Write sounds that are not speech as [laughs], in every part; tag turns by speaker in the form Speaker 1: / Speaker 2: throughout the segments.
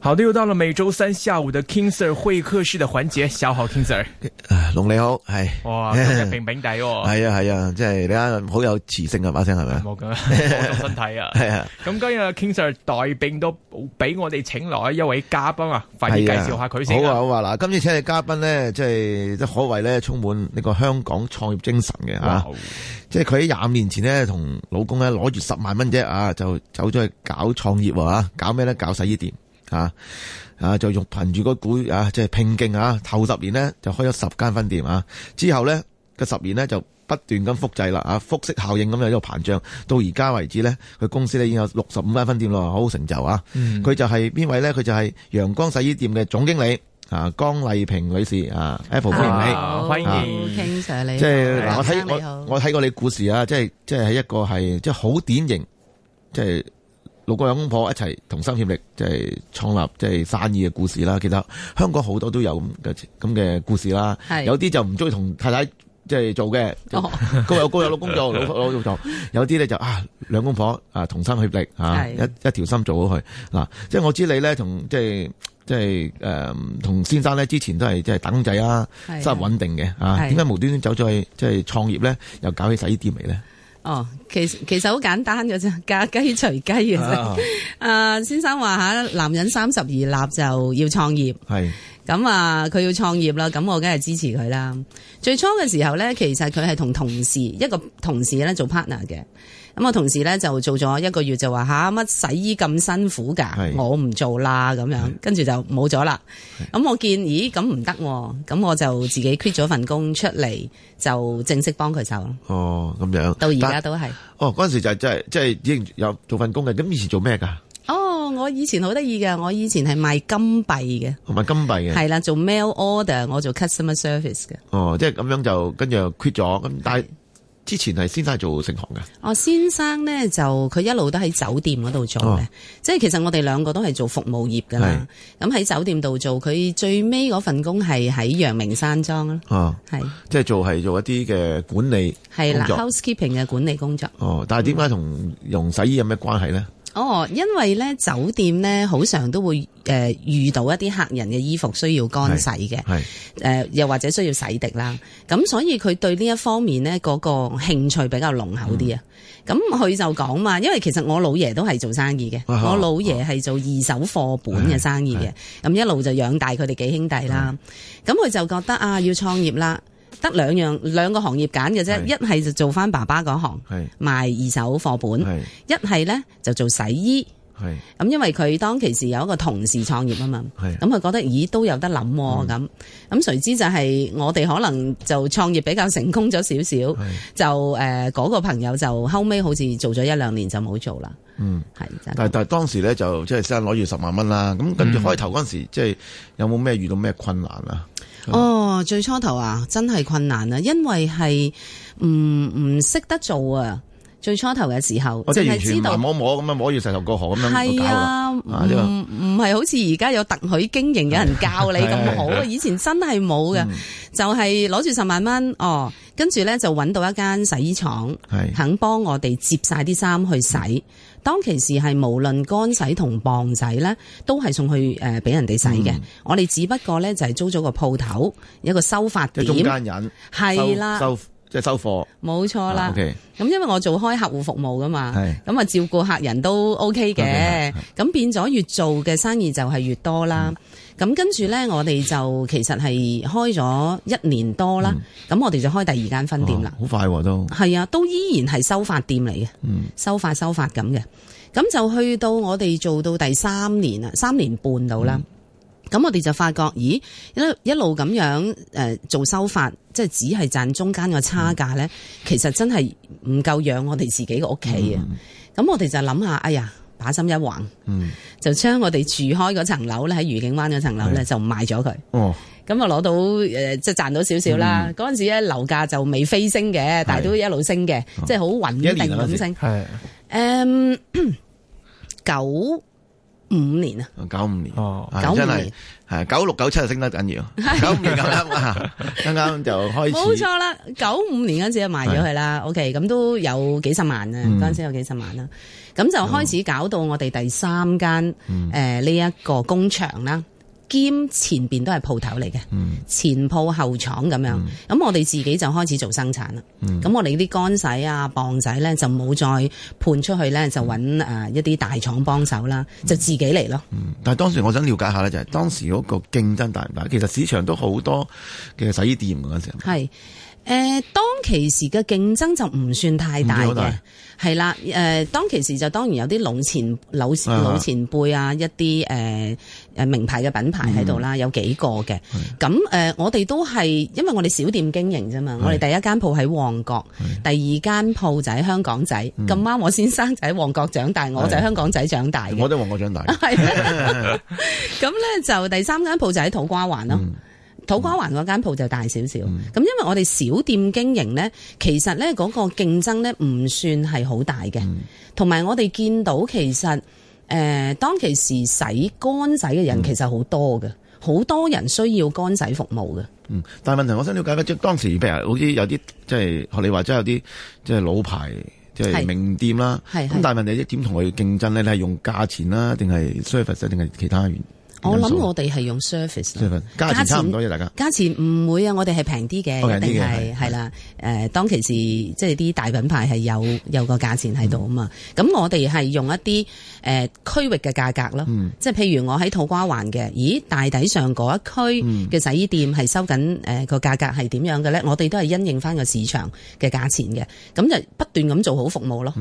Speaker 1: 好的，又到了每周三下午的 King Sir 會客室嘅環節，小豪 King Sir，
Speaker 2: 誒，龍你好，係，
Speaker 1: [laughs] 哇，今日平平地喎，
Speaker 2: 係啊係啊，即係你啱好有磁性啊把聲係咪啊？
Speaker 1: 冇咁 [laughs] 啊，保重身體啊。
Speaker 2: 係啊，
Speaker 1: 咁今日 King Sir 代並都俾我哋請來一位嘉賓啊，快啲介
Speaker 2: 係啊
Speaker 1: 紹下佢先
Speaker 2: 好啊
Speaker 1: 啊。
Speaker 2: 好啊，嗱，今次請嘅嘉賓咧，即係即係可謂咧充滿呢個香港創業精神嘅嚇。
Speaker 1: 哇
Speaker 2: 即係佢喺廿五年前咧，同老公咧攞住十萬蚊啫啊，就走咗去搞創業喎啊，搞咩咧？搞洗衣店啊啊，就用憑住嗰股啊，即係拼勁啊，頭十年咧就開咗十間分店啊，之後咧個十年咧就不斷咁複製啦啊，複式效應咁樣一路膨脹，到而家為止咧，佢公司咧已經有六十五間分店咯，好好成就啊！
Speaker 1: 嗯
Speaker 2: 佢就係邊位咧？佢就係陽光洗衣店嘅總經理啊，江麗萍女士啊，Apple 歡迎你。
Speaker 1: 啊
Speaker 3: 歡
Speaker 1: 歡迎
Speaker 3: 迎 King Sir 你好，
Speaker 2: 即係嗱，我
Speaker 3: 先生
Speaker 2: 睇
Speaker 3: 你好
Speaker 2: 我我睇過你故事啊，即係即係一個係即係好典型，即係老公兩公婆一齊同心協力，即係創立即係生意嘅故事啦。其實香港好多都有咁嘅咁嘅故事啦，
Speaker 3: 係
Speaker 2: 有啲就唔中意同太太。即係做嘅，
Speaker 3: 哦
Speaker 2: 高有高有老公做，老老做做，有啲咧就啊兩公婆啊同心協力啊，
Speaker 3: 係
Speaker 2: 一一條心做好佢嗱。即係我知你咧同即係即係誒同先生咧之前都係即係打工仔啦，
Speaker 3: 係
Speaker 2: 收入穩定嘅啊，
Speaker 3: 係
Speaker 2: 點解無端端走咗去即係創業咧？又搞起洗衣店
Speaker 3: [laughs]
Speaker 2: 嚟咧？
Speaker 3: 哦，其實其實好簡單嘅啫， [laughs] 嫁雞隨雞嘅啫。啊，先生話吓，男人三十而立就要創業。
Speaker 2: 係
Speaker 3: 咁啊，佢要創業啦，咁我梗係支持佢啦。最初嘅時候呢，其實佢係同同事一個同事咧做 partner 嘅。咁我同事呢，就做咗一個月就話吓乜洗衣咁辛苦㗎，
Speaker 2: 係
Speaker 3: 我唔做啦咁樣，跟住就冇咗啦。咁我見咦咁唔得喎，咁我就自己 quit 咗份工出嚟，就正式幫佢手啦。
Speaker 2: 哦，咁樣
Speaker 3: 到而家
Speaker 2: 但
Speaker 3: 都係。
Speaker 2: 哦，嗰陣時就係即係即係已經有做份工嘅。咁以前做咩㗎？
Speaker 3: 哦，我以前好得意嘅，我以前係賣金幣嘅，
Speaker 2: 同埋金幣嘅。
Speaker 3: 係啦，做 mail order，我做 customer service 嘅。
Speaker 2: 哦，即係咁樣就跟住又 quit 咗。咁但係之前係先生係做成行㗎。
Speaker 3: 我哦先生呢，就佢一路都喺酒店嗰度做嘅，
Speaker 2: 哦
Speaker 3: 即係其實我哋兩個都係做服務業㗎啦。咁喺酒店度做，佢最尾嗰份工係喺陽明山莊啦，
Speaker 2: 哦，
Speaker 3: 係
Speaker 2: 即係做係做一啲嘅管理
Speaker 3: 係啦
Speaker 2: 工作。
Speaker 3: housekeeping 嘅管理工作。
Speaker 2: 哦，但係點解同用洗衣有咩關係咧？
Speaker 3: 哦，因為呢酒店呢，好常都會誒、呃遇到一啲客人嘅衣服需要乾洗嘅，誒、
Speaker 2: 係
Speaker 3: 呃又或者需要洗滌啦。咁所以佢對呢一方面呢，嗰、個興趣比較濃厚
Speaker 2: 嗯
Speaker 3: 啲啊。咁佢就講嘛，因為其實我老爺都係做生意嘅，
Speaker 2: 啊
Speaker 3: 我老爺係做二手貨本嘅生意嘅，咁一路就養大佢哋幾兄弟啦。咁佢就覺得啊，要創業啦，得兩樣兩個行業揀嘅啫，
Speaker 2: 係
Speaker 3: 一係就做翻爸爸嗰行
Speaker 2: 係
Speaker 3: 賣二手貨本，
Speaker 2: 係
Speaker 3: 一係呢就做洗衣。
Speaker 2: 係
Speaker 3: 咁因為佢當其時有一個同事創業啊嘛，
Speaker 2: 係
Speaker 3: 咁佢覺得咦都有得諗
Speaker 2: 嗯
Speaker 3: 喎咁，咁誰知就係我哋可能就創業比較成功咗少少，
Speaker 2: 係。
Speaker 3: 就呃誒嗰、個朋友就後尾好似做咗一兩年就冇做啦，
Speaker 2: 嗯，
Speaker 3: 係真係
Speaker 2: 但係但係當時咧就即係先生攞住十萬蚊啦。咁跟住
Speaker 1: 嗯
Speaker 2: 開頭嗰陣時，即係有冇咩遇到咩困難啊？
Speaker 3: 哦，最初頭啊，真係困難啊，因為係唔唔識得做啊，最初頭嘅時候，
Speaker 2: 哦我即係
Speaker 3: 淨
Speaker 2: 完
Speaker 3: 係
Speaker 2: 全
Speaker 3: 知道
Speaker 2: 慢摸摸咁樣摸住石頭過河咁樣去
Speaker 3: 係
Speaker 2: 搞啦。
Speaker 3: 啊，唔
Speaker 2: 啊呢個
Speaker 3: 唔係好似而家有特許經營有人教你咁好啊！以前真係冇
Speaker 2: 嗯
Speaker 3: 嘅，就係攞住十萬蚊哦，跟住咧就揾到一間洗衣廠，
Speaker 2: 係
Speaker 3: 肯幫我哋接晒啲衫去
Speaker 2: 嗯
Speaker 3: 洗。當其時係無論乾洗同磅洗咧，都係送去誒俾人哋洗
Speaker 2: 嗯
Speaker 3: 嘅。我哋只不過咧就係租咗個鋪頭，一個收發
Speaker 2: 即係
Speaker 3: 點，
Speaker 2: 中間人
Speaker 3: 係
Speaker 2: 收
Speaker 3: 啦，
Speaker 2: 收即係收貨。
Speaker 3: 冇錯
Speaker 2: 啊
Speaker 3: 啦。
Speaker 2: OK，
Speaker 3: 咁因為我做開客戶服務噶嘛
Speaker 2: 係，
Speaker 3: 咁啊照顧客人都 OK 嘅
Speaker 2: OK，係，嗯
Speaker 3: 咁變咗越做嘅生意就係越多啦。咁跟住呢，我哋就其實係開咗一年多啦，
Speaker 2: 嗯
Speaker 3: 咁我哋就開第二間分店啦
Speaker 2: 哇。哦好快喎都。
Speaker 3: 係啊，都依然係收發店嚟嘅，
Speaker 2: 嗯
Speaker 3: 收發收發咁嘅。咁就去到我哋做到第三年啦，三年半到啦。咁、我哋就發覺，咦，一路一路咁樣誒、呃做收發，即係只係賺中間個差價呢，其實真係唔夠養我哋自己個屋企啊。咁、我哋就諗下，哎呀，把心一橫，
Speaker 2: 嗯，
Speaker 3: 就將我哋住開嗰層樓咧，喺愉景灣嗰層樓呢，就賣咗佢。
Speaker 2: 哦，
Speaker 3: 咁啊攞到誒、呃即係賺到少少啦。嗰陣、時咧樓價就未飛升嘅，嗯但係哦都一路升嘅，即係好穩定
Speaker 2: 幾多年啊嗰
Speaker 3: [clears throat] 咁
Speaker 2: 時
Speaker 3: 升。誒、
Speaker 1: 係
Speaker 3: 九五年啊，
Speaker 2: 九五年，
Speaker 1: 哦
Speaker 2: 啊
Speaker 3: 九五
Speaker 2: 真
Speaker 3: 年
Speaker 2: 係係九六九七就升得
Speaker 3: [laughs]
Speaker 2: 緊要，九五年咁啱啊，啱啱就開始，
Speaker 3: 冇錯啦，九五年嗰陣時就賣咗佢啦，OK，咁都有幾十萬啊，
Speaker 2: 嗯
Speaker 3: 嗰陣時有幾十萬啦，咁就開始搞到我哋第三間
Speaker 2: 嗯
Speaker 3: 誒呢一個工場啦。兼前邊都係鋪頭嚟嘅，
Speaker 2: 嗯
Speaker 3: 前鋪後廠咁樣。咁、我哋自己就開始做生產啦。
Speaker 2: 嗯
Speaker 3: 咁、我哋啲乾洗啊、磅仔咧就冇再判出去咧，就揾誒一啲大廠幫手啦，就自己嚟咯。
Speaker 2: 嗯但係當時我想了解下咧，就係當時嗰個競爭大唔大？其實市場都好多嘅洗衣店嗰陣時，
Speaker 3: 係誒、呃，當其時嘅競爭就唔算太大
Speaker 2: 唔算好
Speaker 3: 嘅
Speaker 2: 大，
Speaker 3: 係啦。誒、當其時就當然有啲老前老
Speaker 2: 啊
Speaker 3: 老前輩啊，一啲誒誒名牌嘅品牌喺度
Speaker 2: 嗯
Speaker 3: 啦，有幾個嘅。咁誒、呃我哋都係因為我哋小店經營啫嘛，我哋第一間鋪喺旺角，第二間鋪就喺香港仔。
Speaker 2: 嗯
Speaker 3: 咁啱、我先生就喺旺角長大，我就喺香港仔長大嘅。啊
Speaker 2: 我都旺角長大， [laughs]
Speaker 3: 係啦咁咧就第三間鋪就喺土瓜灣
Speaker 2: 嗯
Speaker 3: 咯。土瓜灣嗰間鋪就大少少，咁、因為我哋小店經營呢，其實呢嗰個競爭呢唔算係好大嘅，
Speaker 2: 嗯
Speaker 3: 同埋、我哋見到其實誒、呃、當其時洗乾洗嘅
Speaker 2: 嗯
Speaker 3: 人其實好多嘅，好、多人需要乾洗服務嘅。
Speaker 2: 嗯，但係問題我想了解咧，即係當時譬如好似有啲即係學你話齋有啲即係老牌。即係
Speaker 3: 係
Speaker 2: 名店啦，
Speaker 3: 係
Speaker 2: 咁
Speaker 3: 係
Speaker 2: 但係問題點同佢競爭咧？你係用價錢啦，定係 service 啊定係其他原因素？啊
Speaker 3: 我諗我哋係用 service 啦
Speaker 2: service 價錢差唔多啫，大家
Speaker 3: 價錢唔會啊！我哋係平啲嘅，
Speaker 2: 哦平啲嘅
Speaker 3: 一定係
Speaker 2: 係
Speaker 3: 係啦。誒，當其時即係啲大品牌係有有個價錢喺度啊嘛。咁我哋係用一啲誒區域嘅價格咯，
Speaker 2: 嗯
Speaker 3: 即係譬如我喺土瓜灣嘅，咦大抵上嗰
Speaker 2: 嗯
Speaker 3: 一區嘅洗衣店係收緊誒個價格係點樣嘅咧？我哋都係因應翻個市場嘅價錢嘅，咁就不斷咁做好服務咯。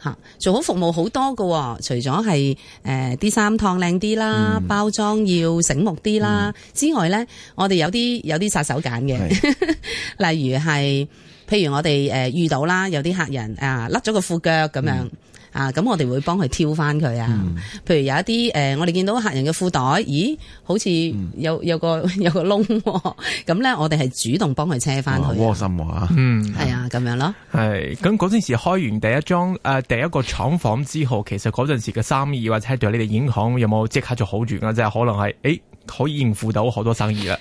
Speaker 3: 吓，做好服務好多㗎喎，除咗係誒啲衫燙靚啲啦，包裝要醒目啲啦、之外呢，我哋有啲有啲殺手鐧嘅，例如係譬如我哋誒遇到啦，有啲客人啊甩咗個褲腳咁樣。
Speaker 1: 嗯
Speaker 3: 啊，咁我哋會幫佢挑翻佢啊。譬如有一啲誒、呃我哋見到客人嘅褲袋，咦，好似
Speaker 1: 嗯
Speaker 3: 有有個 [laughs] 有個窿喎、咁咧我哋係主動幫佢車翻
Speaker 2: 哇
Speaker 1: 哦
Speaker 3: 佢啊，
Speaker 2: 窩心喎嚇
Speaker 1: 嗯，
Speaker 3: 係啊，咁樣咯。
Speaker 1: 係咁嗰陣時開完第一張誒、呃第一個廠房之後，其實嗰陣時嘅生意或者係對你哋影響有冇即刻就好轉啊？即係可能係誒可以應付到好多生意啦。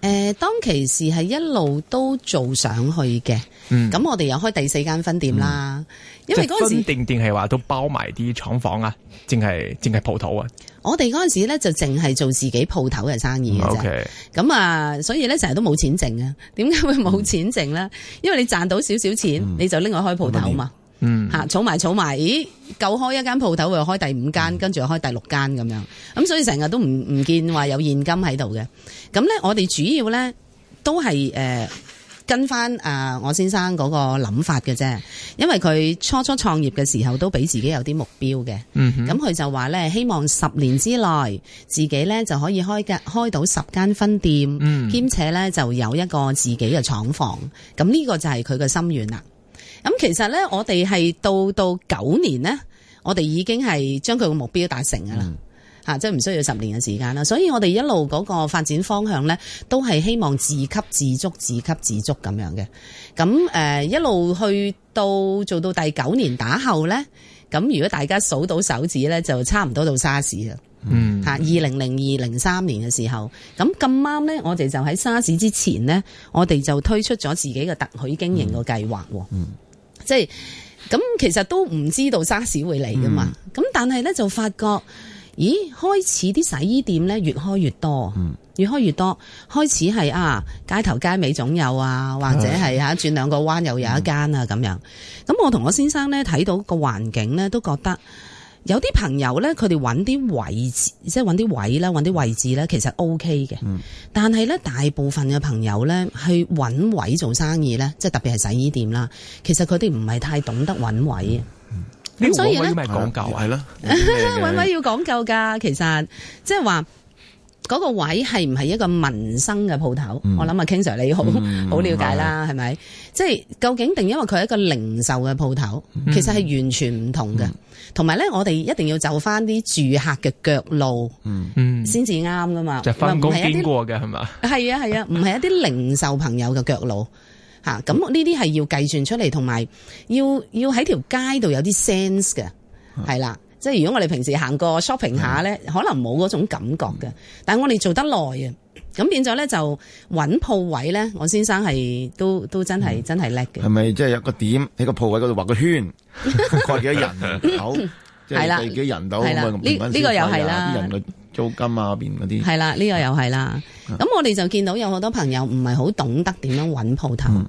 Speaker 3: 誒、呃當其時係一路都做上去嘅，咁、
Speaker 1: 嗯
Speaker 3: 我哋又開第四間分店啦。因為
Speaker 1: 即
Speaker 3: 嗰
Speaker 1: 係
Speaker 3: 陣
Speaker 1: 分
Speaker 3: 時，
Speaker 1: 定定係話都包埋啲廠房啊，淨係淨係鋪頭啊。
Speaker 3: 我哋嗰陣時咧就淨係做自己鋪頭嘅生意嘅
Speaker 1: O
Speaker 3: 啫。
Speaker 1: K，
Speaker 3: 咁啊，所以咧成日都冇錢剩啊。點解會冇錢剩咧？因為你賺到少少錢，你就拎去開鋪頭嘛。
Speaker 1: 嗯，
Speaker 3: 嚇，儲埋儲埋，咦，夠開一間鋪頭，又開第五間，跟住又開第六間咁樣，咁所以成日都唔唔見話有現金喺度嘅。咁咧，我哋主要咧都係誒、呃跟翻啊我先生嗰個諗法嘅啫，因為佢初初創業嘅時候都俾自己有啲目標嘅。
Speaker 1: 嗯哼，
Speaker 3: 咁佢就話咧，希望十年之內自己咧就可以開嘅開到十間分店，
Speaker 1: 嗯
Speaker 3: 兼且咧就有一個自己嘅廠房。咁呢個就係佢嘅心願啦。咁其實咧，我哋係到到九年呢，我哋已經係將佢個目標達成㗎啦。
Speaker 1: 嗯
Speaker 3: 吓，即係唔需要十年嘅時間啦，所以我哋一路嗰個發展方向呢，都係希望自給自足、自給自足咁樣嘅。咁誒、呃一路去到做到第九年打後呢，咁如果大家數到手指呢，就差唔多到沙士啦。
Speaker 1: 嗯
Speaker 3: 啊嚇，二零零二零三年嘅時候，咁咁啱呢，我哋就喺沙士之前呢，我哋就推出咗自己嘅特許經營個計劃喎。即係咁，其實都唔知道沙士會嚟噶嘛。咁、但係呢，就發覺，咦，開始啲洗衣店呢越開越多。越開越多，開始係啊街頭街尾總有啊，或者係嚇轉兩個彎又有一間啊咁樣。咁我同我先生呢，睇到個環境呢，都覺得有啲朋友咧，佢哋揾啲位置，即係揾啲位啦，揾啲位置咧，其實 O K 嘅。但係咧，大部分嘅朋友咧，去揾位做生意咧，即係特別係洗衣店啦，其實佢哋唔係太懂得揾位啊。
Speaker 1: 呢
Speaker 3: 咁
Speaker 1: 個
Speaker 3: 所以
Speaker 1: 會唔
Speaker 3: 呢
Speaker 1: 會咩講究啊？
Speaker 3: [laughs]
Speaker 2: 係咯，有啲咩嘅
Speaker 3: 揾位要講究㗎，其實即係話。嗰個位係唔係一個民生嘅鋪頭？我諗啊，King Sir 你好 [laughs] 好了解啦，係咪？即係究竟定因為佢係一個零售嘅鋪頭，其實係完全唔同嘅。同埋咧，我哋一定要就翻啲住客嘅腳路
Speaker 1: 嗯，
Speaker 3: 先至啱噶嘛。
Speaker 1: 就翻工
Speaker 3: 唔係一
Speaker 1: 經
Speaker 3: 啲
Speaker 1: 過嘅係嘛？
Speaker 3: 係啊係
Speaker 1: [laughs]
Speaker 3: 啊，唔係一啲零售朋友嘅腳路嚇，咁呢啲係要計算出嚟，同埋要要喺條街度有啲 sense 嘅，係啦。即係如果我哋平時行過 shopping 下咧，可能冇嗰種感覺嘅。但係我哋做得耐啊，咁變咗咧就揾鋪位咧，我先生係都都真係真係叻嘅
Speaker 2: 係。咪即係有個點喺個鋪位嗰度畫個
Speaker 3: [laughs]
Speaker 2: 圈，掛幾多人口，即
Speaker 3: 係啦
Speaker 2: 係第幾人到
Speaker 3: 係啦
Speaker 2: 咁啊？
Speaker 3: 呢
Speaker 2: 平均
Speaker 3: 呢個又
Speaker 2: 消費
Speaker 3: 係
Speaker 2: 啊
Speaker 3: 啦
Speaker 2: 啲人嘅租金啊，邊嗰啲啊
Speaker 3: 係啦，呢、個又係啦。咁我哋就見到有好多朋友唔係好懂得點樣揾鋪頭。
Speaker 2: 嗯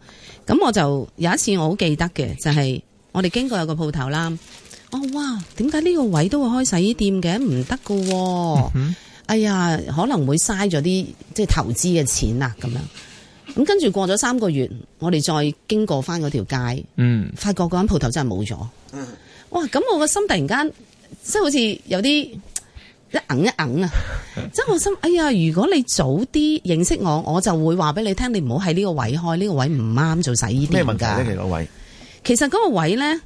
Speaker 3: 咁、我就有一次我好記得嘅，就係、我哋經過有個鋪頭啦。哦，哇！點解呢個位都會開洗衣店嘅？唔得噶
Speaker 2: 嗯
Speaker 3: 喎！哎呀，可能會嘥咗啲即係投資嘅錢啊咁樣。咁跟住過咗三個月，我哋再經過翻嗰條街，
Speaker 1: 嗯，
Speaker 3: 發覺嗰間鋪頭真係冇咗。哇！咁我個心突然間即係好似有啲一硬一硬啊！即係我心，哎呀！如果你早啲認識我，我就會話俾你聽，你唔好喺呢個位開，呢、個位唔啱做洗衣
Speaker 2: 咩
Speaker 3: 店
Speaker 2: 問題
Speaker 3: 㗎。
Speaker 2: 咧？其實個位
Speaker 3: 其實嗰個位呢，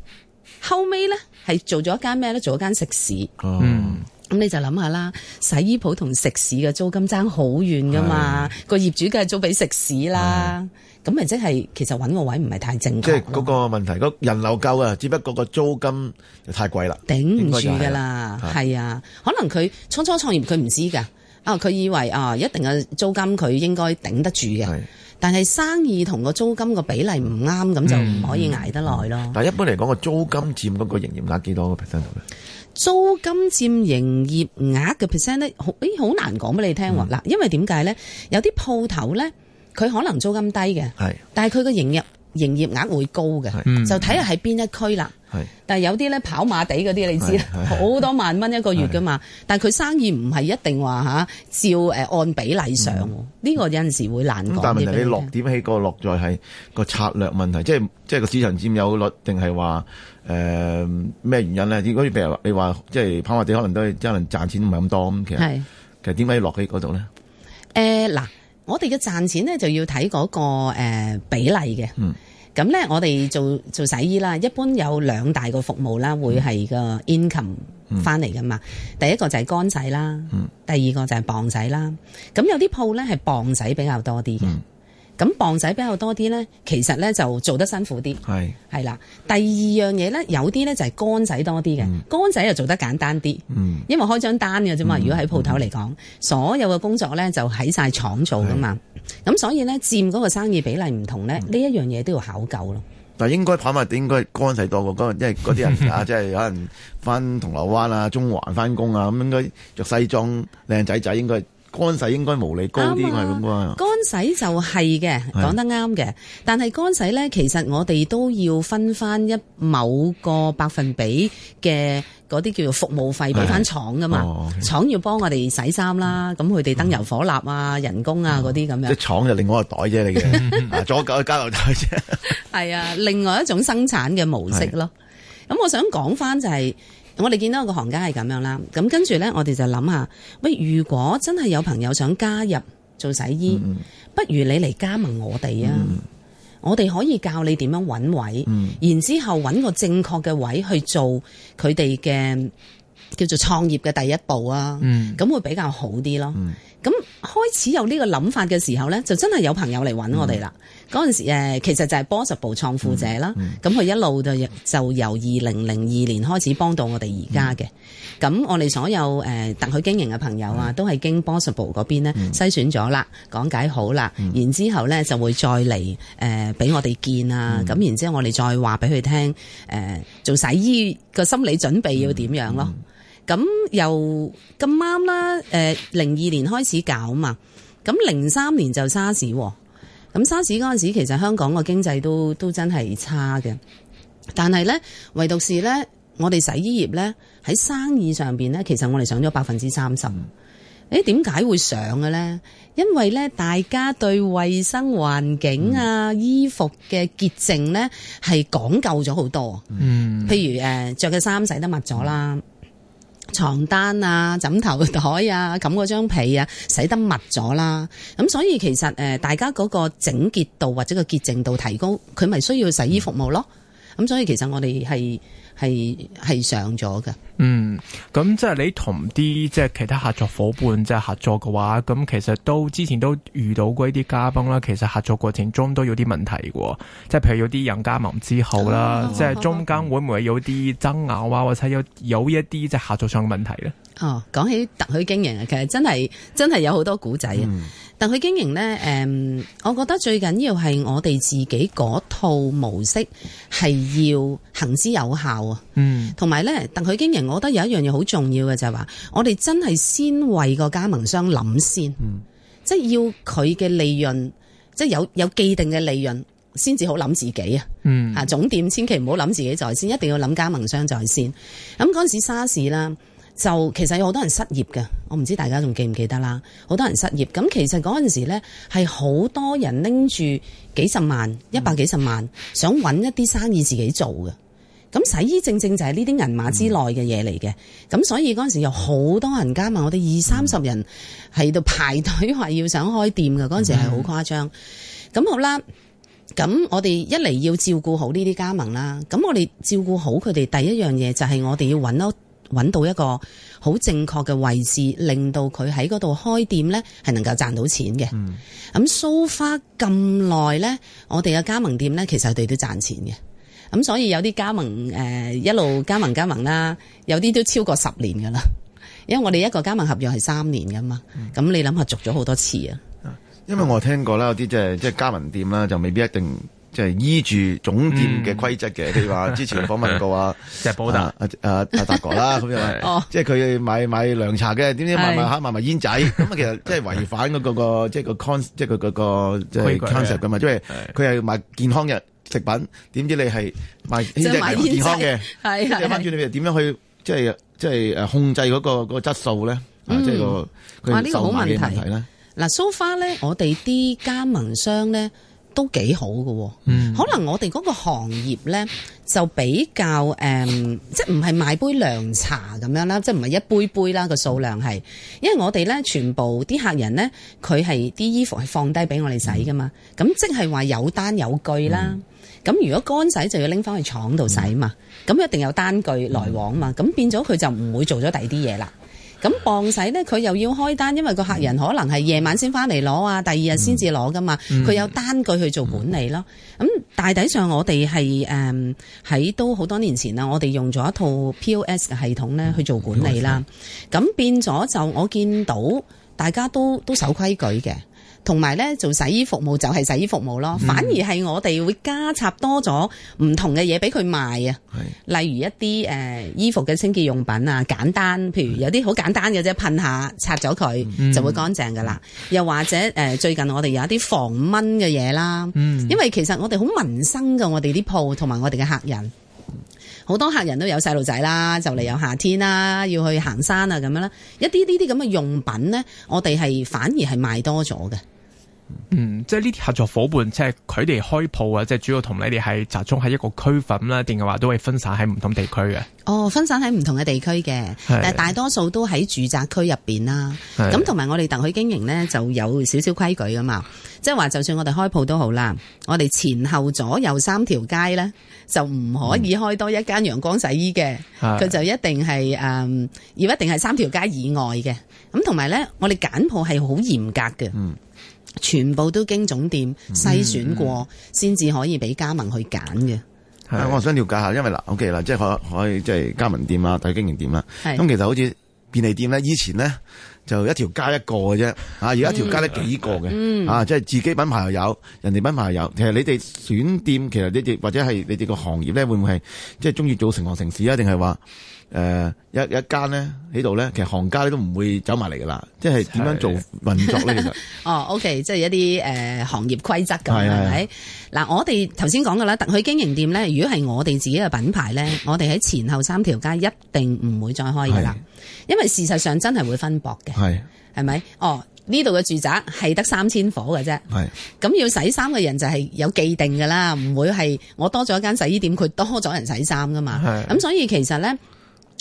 Speaker 3: 後尾呢係做咗一間咩呢？做咗間食肆。
Speaker 2: 嗯
Speaker 3: 咁你就諗下啦，洗衣鋪同食肆嘅租金爭好遠噶嘛，個業主梗係租俾食肆啦。咁咪即係其實揾個位唔係太正
Speaker 2: 即係
Speaker 3: 確
Speaker 2: 嗰
Speaker 3: 咯，
Speaker 2: 個問題，嗰人流夠啊，只不過個租金就太貴啦。
Speaker 3: 頂
Speaker 2: 應
Speaker 3: 唔
Speaker 2: 該就
Speaker 3: 住
Speaker 2: 係
Speaker 3: 噶啦，
Speaker 2: 係
Speaker 3: 係啊，可能佢初初創業佢唔知噶，啊佢以為啊一定嘅租金佢應該頂得住嘅，
Speaker 2: 係，
Speaker 3: 但係生意同個租金個比例唔啱，咁就唔可以捱得耐咯。
Speaker 2: 但係一般嚟講，個租金佔嗰個營業額幾多個 percent 度咧？
Speaker 3: 租金佔營業額嘅 percent 咧，好誒好難講俾你聽
Speaker 2: 嗯
Speaker 3: 喎。嗱、因為點解咧？有啲鋪頭咧，佢可能租金低嘅。
Speaker 2: 係
Speaker 3: 但係佢個營業營業額會高嘅，
Speaker 1: 嗯
Speaker 3: 就睇下喺邊一區啦。
Speaker 2: 係
Speaker 3: 但係有啲咧跑馬地嗰啲你知啦
Speaker 2: 係係，
Speaker 3: 好多萬蚊一個月噶嘛。但係佢生意唔係一定話吓照誒按比例上喎，呢個有陣時會難
Speaker 2: 嗯咁
Speaker 3: 講
Speaker 2: 但係
Speaker 3: 嘅
Speaker 2: 問題你
Speaker 3: 俾你
Speaker 2: 落
Speaker 3: 聽。
Speaker 2: 點起個落在係個策略問題，即係即係個市場佔有率定係話誒咩原因咧？如果譬如話你話即係跑馬地可能都係即係可能賺錢唔係咁多咁，其實
Speaker 3: 係
Speaker 2: 其實點解要落喺嗰度咧？
Speaker 3: 誒呃嗱，我哋嘅賺錢咧就要睇嗰個誒比例嘅。
Speaker 2: 嗯
Speaker 3: 咁咧，我哋做做洗衣啦，一般有兩大個服務啦，會係個 income 翻嚟噶嘛。第一個就係乾洗啦，第二個就係磅洗啦。咁有啲鋪咧係磅洗比較多啲嘅。咁磅洗比較多啲咧，其實咧就做得辛苦啲，
Speaker 2: 係
Speaker 3: 係啦。第二樣嘢咧，有啲咧就係乾洗多啲嘅，乾洗又做得簡單啲。
Speaker 2: 嗯
Speaker 3: 因為開張單嘅啫嘛，如果喺鋪頭嚟講，所有嘅工作咧就喺晒廠做噶嘛，咁所以咧佔嗰個生意比例唔同
Speaker 2: 嗯
Speaker 3: 咧，呢一樣嘢都要考究咯。
Speaker 2: 但係應該跑馬地應該係乾洗多過嗰，因為嗰啲 [laughs] 人啊，即係可能翻銅鑼灣啊、中環翻工啊，咁應該着西裝靚仔仔，應該乾洗應該毛利高啲，應
Speaker 3: 啱
Speaker 2: 該係
Speaker 3: 啊
Speaker 2: 咁啩。
Speaker 3: 乾洗就係嘅，講得啱嘅。但係乾洗呢，其實我哋都要分翻一某個百分比嘅嗰啲叫做服務費俾翻廠噶
Speaker 2: 係哦
Speaker 3: 嘛
Speaker 2: ，OK。嗯
Speaker 3: 廠要幫我哋洗衫啦，咁佢哋燈油火蠟啊、人工啊嗰啲咁
Speaker 2: 即係
Speaker 3: 樣。
Speaker 2: 廠就另外一個袋啫，你 [laughs] 嘅啊左九交流袋啫。
Speaker 3: 係啊，另外一種生產嘅模式咯。咁我想講翻就係、我哋見到有個行家係咁樣啦，咁跟住呢，我哋就諗下，喂，如果真係有朋友想加入做洗衣，不如你嚟加盟我哋啊！我哋可以教你點樣揾位，然之後揾個正確嘅位去做佢哋嘅叫做創業嘅第一步啊！
Speaker 1: 嗯
Speaker 3: 咁會比較好啲咯。咁開始有呢個諗法嘅時候呢，就真係有朋友嚟揾我哋啦。嗰陣時誒，其實就係 Boss 部創富者啦。咁佢、一路就就由二零零二年開始幫到我哋而家嘅。咁、我哋所有誒、呃特許經營嘅朋友啊，都係經 Boss 部嗰邊咧篩選咗啦，講解好啦，然之後呢就會再嚟誒俾我哋見啊。咁、然之後我哋再話俾佢聽誒做洗衣個心理準備要點樣咯。咁又咁啱啦，誒零二年開始搞嘛，咁零三年就沙士喎，咁沙士嗰陣時其實香港個經濟都都真係差嘅，但係呢，唯獨是呢，我哋洗衣業呢，喺生意上邊呢，其實我哋上咗百分之三十。誒點解會上嘅呢？因為呢，大家對衞生環境啊、衣服嘅潔淨呢，係講究咗好多。
Speaker 1: 嗯，
Speaker 3: 譬如誒著嘅衫洗得密咗啦，床單啊、枕頭袋啊、冚嗰張被啊，洗得密咗啦。咁所以其實誒、呃大家嗰個整潔度或者個潔淨度提高，佢咪需要洗衣服務咯。咁所以其實我哋係係係上咗嘅。
Speaker 1: 嗯，咁即係你同啲即係其他合作伙伴即係合作嘅話，咁其實都之前都遇到過一啲嘉賓啦。其實合作過程中都有啲問題嘅喎，即係譬如有啲人加盟之後啦，
Speaker 3: 哦
Speaker 1: 即係中間會唔會有啲爭拗啊，或者有有一啲即係合作上嘅問題咧？
Speaker 3: 哦，講起特許經營啊，其實真係真係有好多古仔啊。特許經營呢，誒、我覺得最緊要係我哋自己嗰套模式係要行之有效啊。
Speaker 1: 嗯
Speaker 3: 同埋咧，特許經營，我覺得有一樣嘢好重要嘅就係話，我哋真係先為個加盟商諗先，即係要佢嘅利潤，即係有有既定嘅利潤，先至好諗自己啊！
Speaker 1: 嗯
Speaker 3: 啊，總店千祈唔好諗自己在先，一定要諗加盟商在先。咁嗰陣時沙士啦，就其實有好多人失業嘅，我唔知大家仲記唔記得啦。好多人失業，咁其實嗰陣時呢，係好多人拎住幾十萬、一百幾十萬，想揾一啲生意自己做嘅。咁洗衣正正就係呢啲銀碼之內嘅嘢嚟嘅，咁所以嗰陣時有好多人加埋我哋二三十人喺度排隊話要想開店嘅，嗰陣時係好誇張。咁好啦。咁我哋一嚟要照顧好呢啲加盟啦，咁我哋照顧好佢哋第一樣嘢就係我哋要揾到揾到一個好正確嘅位置，令到佢喺嗰度開店呢係能夠賺到錢嘅。咁 so far 咁耐呢，我哋嘅加盟店呢，其實佢哋都賺錢嘅。咁所以有啲加盟誒、呃一路加盟加盟啦，有啲都超過十年噶啦，因為我哋一個加盟合約係三年噶嘛，咁、你諗下續咗好多次啊。
Speaker 2: 因為我聽過啦，有啲即係即係加盟店啦，就未必一定即係依住總店嘅規則嘅。譬如話之前訪問過啊，
Speaker 1: 即係保達
Speaker 2: 啊啊啊阿達哥
Speaker 1: [laughs]
Speaker 2: 啦，咁樣
Speaker 3: 哦，
Speaker 2: 即係佢買買涼茶嘅，點知賣
Speaker 3: 係
Speaker 2: 賣下賣埋
Speaker 1: [laughs]
Speaker 2: 煙仔，咁啊其實即係違反嗰個個即係個 con 即係佢嗰個即
Speaker 1: 規
Speaker 2: 係
Speaker 1: 矩啊
Speaker 2: concept 噶嘛，因為佢係賣健康嘅食品，點知你係賣
Speaker 3: 即係
Speaker 2: 煙仔
Speaker 3: 賣
Speaker 2: 係健康
Speaker 3: 煙
Speaker 2: 嘅
Speaker 3: 仔，係
Speaker 2: 即係
Speaker 3: 係
Speaker 2: 翻轉你哋點樣去即係即係誒控制嗰個嗰個質素咧？啊，即係個
Speaker 3: 嗯哇
Speaker 2: 佢
Speaker 3: 呢個好
Speaker 2: 售賣嘅
Speaker 3: 問
Speaker 2: 問
Speaker 3: 題
Speaker 2: 題咧。
Speaker 3: 嗱，so far 咧，我哋啲加盟商咧都幾嗯好嘅喎、
Speaker 1: 嗯
Speaker 3: 可能我哋嗰個行業咧就比較誒、嗯即係唔係賣杯涼茶咁樣啦，即係唔係一杯杯啦個數量係，因為我哋咧全部啲客人咧佢係啲衣服係放低俾我哋洗噶嘛，咁、即係話有單有據啦。咁如果乾洗就要拎翻去廠度洗嘛，咁一定有單據來往嘛，咁變咗佢就唔會做咗第二啲嘢啦。咁磅洗呢，佢又要開單，因為個客人可能係夜晚先翻嚟攞啊，第二日先至攞噶嘛，佢、有單據去做管理咯。咁、大體上我哋係誒喺都好多年前啦，我哋用咗一套 POS 嘅系統咧去做管理啦。咁變咗就我見到大家都都守規矩嘅。同埋咧做洗衣服務就係洗衣服務咯，反而係我哋會加插多咗唔同嘅嘢俾佢賣啊，例如一啲誒、呃衣服嘅清潔用品啊，簡單，譬如有啲好簡單嘅啫，噴下擦咗佢、就會乾淨噶啦。又或者誒、呃最近我哋有一啲防蚊嘅嘢啦，
Speaker 1: 嗯
Speaker 3: 因為其實我哋好民生嘅，我哋啲鋪同埋我哋嘅客人。好多客人都有細路仔啦，就嚟有夏天啦，要去行山啊咁樣啦，一啲呢啲咁嘅用品呢，我哋係反而係賣多咗嘅。
Speaker 1: 嗯，即係呢啲合作伙伴，即係佢哋開鋪啊，即係主要同你哋係集中喺一個區份啦，定係話都係分散喺唔同地區嘅？
Speaker 3: 哦，分散喺唔同嘅地區嘅，但係大多數都喺住宅區入邊啦。
Speaker 1: 係
Speaker 3: 咁同埋我哋特許經營呢，就有少少規矩噶嘛，即係話就算我哋開鋪都好啦，我哋前後左右三條街呢，就唔可以開多一間陽光洗衣嘅，
Speaker 1: 係
Speaker 3: 佢就一定係誒、嗯要一定係三條街以外嘅。咁同埋呢，我哋揀鋪係好嚴格嘅。
Speaker 1: 嗯
Speaker 3: 全部都經總店篩選
Speaker 1: 嗯
Speaker 3: 過，先至可以俾加盟去揀嘅。
Speaker 1: 係
Speaker 2: 啊我想了解下，因為嗱，OK 啦，即係可可以即係加盟店啊，大經營店啦。
Speaker 3: 係
Speaker 2: 咁其實好似便利店咧，以前咧就一條街一個嘅啫，啊，而家一條街咧幾個嘅，啊，即係自己品牌又有，人哋品牌又有。其實你哋選店，其實你哋或者係你哋個行業咧，會唔會係即係中意做成行成市啊？定係話誒一一間咧喺度咧，其實行家咧都唔會走埋嚟噶啦。即係點樣做
Speaker 1: 係
Speaker 2: 運作咧？其實
Speaker 3: 哦，OK，即係一啲誒、呃行業規則咁樣
Speaker 2: 係係
Speaker 3: 係咪？嗱，我哋頭先講嘅啦，特許經營店咧，如果係我哋自己嘅品牌咧，我哋喺前後三條街一定唔會再開噶啦，因為事實上真係會分薄嘅，
Speaker 2: 係
Speaker 3: 係咪？哦，呢度嘅住宅係得三千伙嘅啫，
Speaker 2: 係
Speaker 3: 咁要洗衫嘅人就係有既定㗎啦，唔會係我多咗一間洗衣店，佢多咗人洗衫㗎嘛。
Speaker 1: 係
Speaker 3: 啊咁所以其實呢，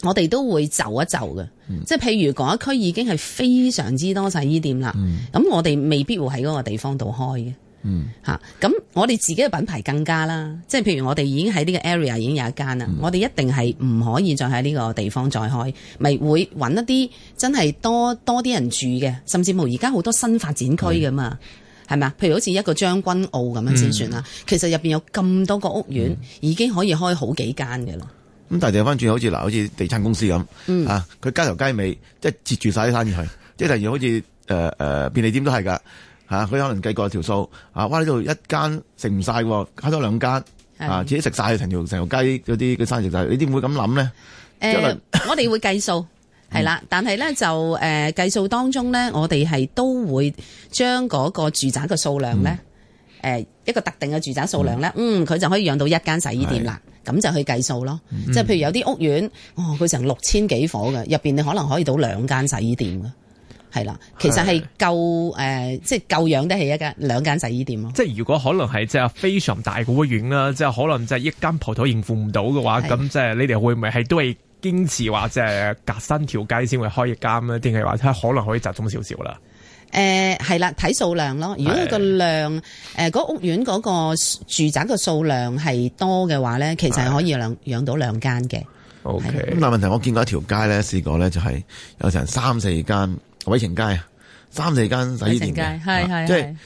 Speaker 3: 我哋都會就一就嘅，
Speaker 2: 嗯
Speaker 3: 即係譬如嗰一區已經係非常之多洗衣店啦，咁、我哋未必會喺嗰個地方度開嘅。
Speaker 2: 嗯
Speaker 3: 吓，咁我哋自己嘅品牌更加啦，即係譬如我哋已經喺呢個 area 已經有一間啦，我哋一定係唔可以再喺呢個地方再開，咪會揾一啲真係多多啲人住嘅，甚至乎而家好多新發展區㗎嘛。係咪啊？譬如好似一個將軍澳咁樣先算啦，其實入邊有咁多個屋苑，已經可以開好幾間嘅啦。
Speaker 2: 咁但係掉翻轉好似嗱，好似地產公司咁、
Speaker 3: 嗯
Speaker 2: 啊，佢街頭街尾即係截住晒啲生意去， [laughs] 即係例如好似誒誒便利店都係㗎啊嚇，佢可能計過條數啊，哇呢度一間食唔晒喎，開多兩間
Speaker 3: 係
Speaker 2: 啊，自己食晒成條成條街嗰啲嘅生意食晒，你點會咁諗咧？
Speaker 3: 誒、
Speaker 2: 因為
Speaker 3: 呃 [laughs] 我哋會計數。係啦，但係咧就誒、呃、計數當中咧，我哋係都會將嗰個住宅嘅數量咧，誒、一個特定嘅住宅數量咧，嗯，佢就可以養到一間洗衣店啦，咁就去計數咯。即係譬如有啲屋苑，哦，佢成六千幾伙嘅，入邊你可能可以到兩間洗衣店嘅，係啦，其實係夠誒、呃即係夠養得起一間兩間洗衣店咯。
Speaker 1: 即係如果可能係即係非常大嘅屋苑啦，即係可能即係一間鋪頭應付唔到嘅話，
Speaker 3: 係
Speaker 1: 咁即係你哋會唔會係都係堅持話即係隔新條街先會開一間咧？定係話睇可能可以集中少少啦？
Speaker 3: 誒呃係啦，睇數量咯。如果佢個量誒呃嗰、屋苑嗰個住宅嘅數量係多嘅話咧，其實係可以兩養到兩間嘅。
Speaker 1: O
Speaker 2: 咁
Speaker 3: 嗯
Speaker 1: K，
Speaker 2: 但係問題，我見過一條街咧，試過咧就係有成三四間偉情街啊，三四間洗衣店
Speaker 3: 偉情
Speaker 2: 嘅
Speaker 3: 街係
Speaker 2: 啊
Speaker 3: 係
Speaker 2: 即係
Speaker 3: 係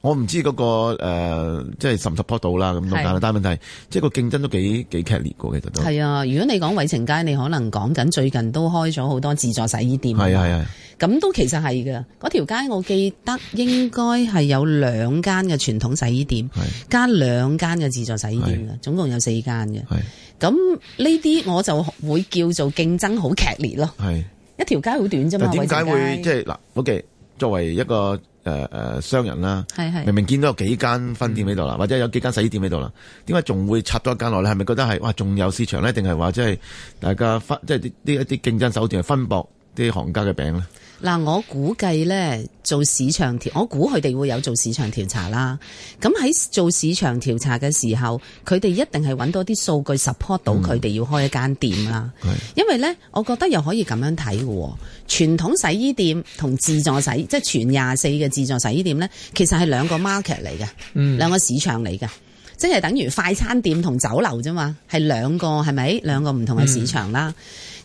Speaker 2: 我唔知嗰個呃即係 support 唔 support 到啦咁多間啦
Speaker 3: 係，
Speaker 2: 但係問題即係個競爭都幾幾劇烈嘅，其實都係
Speaker 3: 係啊，如果你講偉情街，你可能講緊最近都開咗好多自助洗衣店。
Speaker 2: 係係係
Speaker 3: 咁都其實係嘅。嗰條街我記得應該係有兩間嘅傳統洗衣店，
Speaker 2: 係
Speaker 3: 加兩間嘅自助洗衣店嘅，總共有四間嘅。
Speaker 2: 係
Speaker 3: 咁呢啲我就會叫做競爭好劇烈咯。
Speaker 2: 係。
Speaker 3: 一條街好短啫嘛，
Speaker 2: 但點解
Speaker 3: 偉
Speaker 2: 會
Speaker 3: 情
Speaker 2: 即
Speaker 3: 街
Speaker 2: 係嗱？OK，作為一個誒誒商人啦，
Speaker 3: 係嗯係
Speaker 2: 明明見到有幾間分店喺度啦，或者有幾間洗衣店喺度啦，點解仲會插多一間落咧？係咪覺得係哇仲有市場咧？定係話即係大家分即係啲啲一啲競爭手段係分薄啲行家嘅餅咧？
Speaker 3: 嗱，我估計咧做市場調，我估佢哋會有做市場調查啦。咁喺做市場調查嘅時候，佢哋一定係揾到啲數據 support 到佢哋要開一間店啦。因為咧，我覺得又可以咁樣睇嘅喎。傳統洗衣店同自助洗，即係全廿四嘅自助洗衣店咧，其實係兩個 market 嚟嘅，
Speaker 1: 嗯
Speaker 3: 兩個市場嚟嘅。即係等於快餐店同酒樓啫嘛，係兩個係咪兩個唔同嘅市場啦？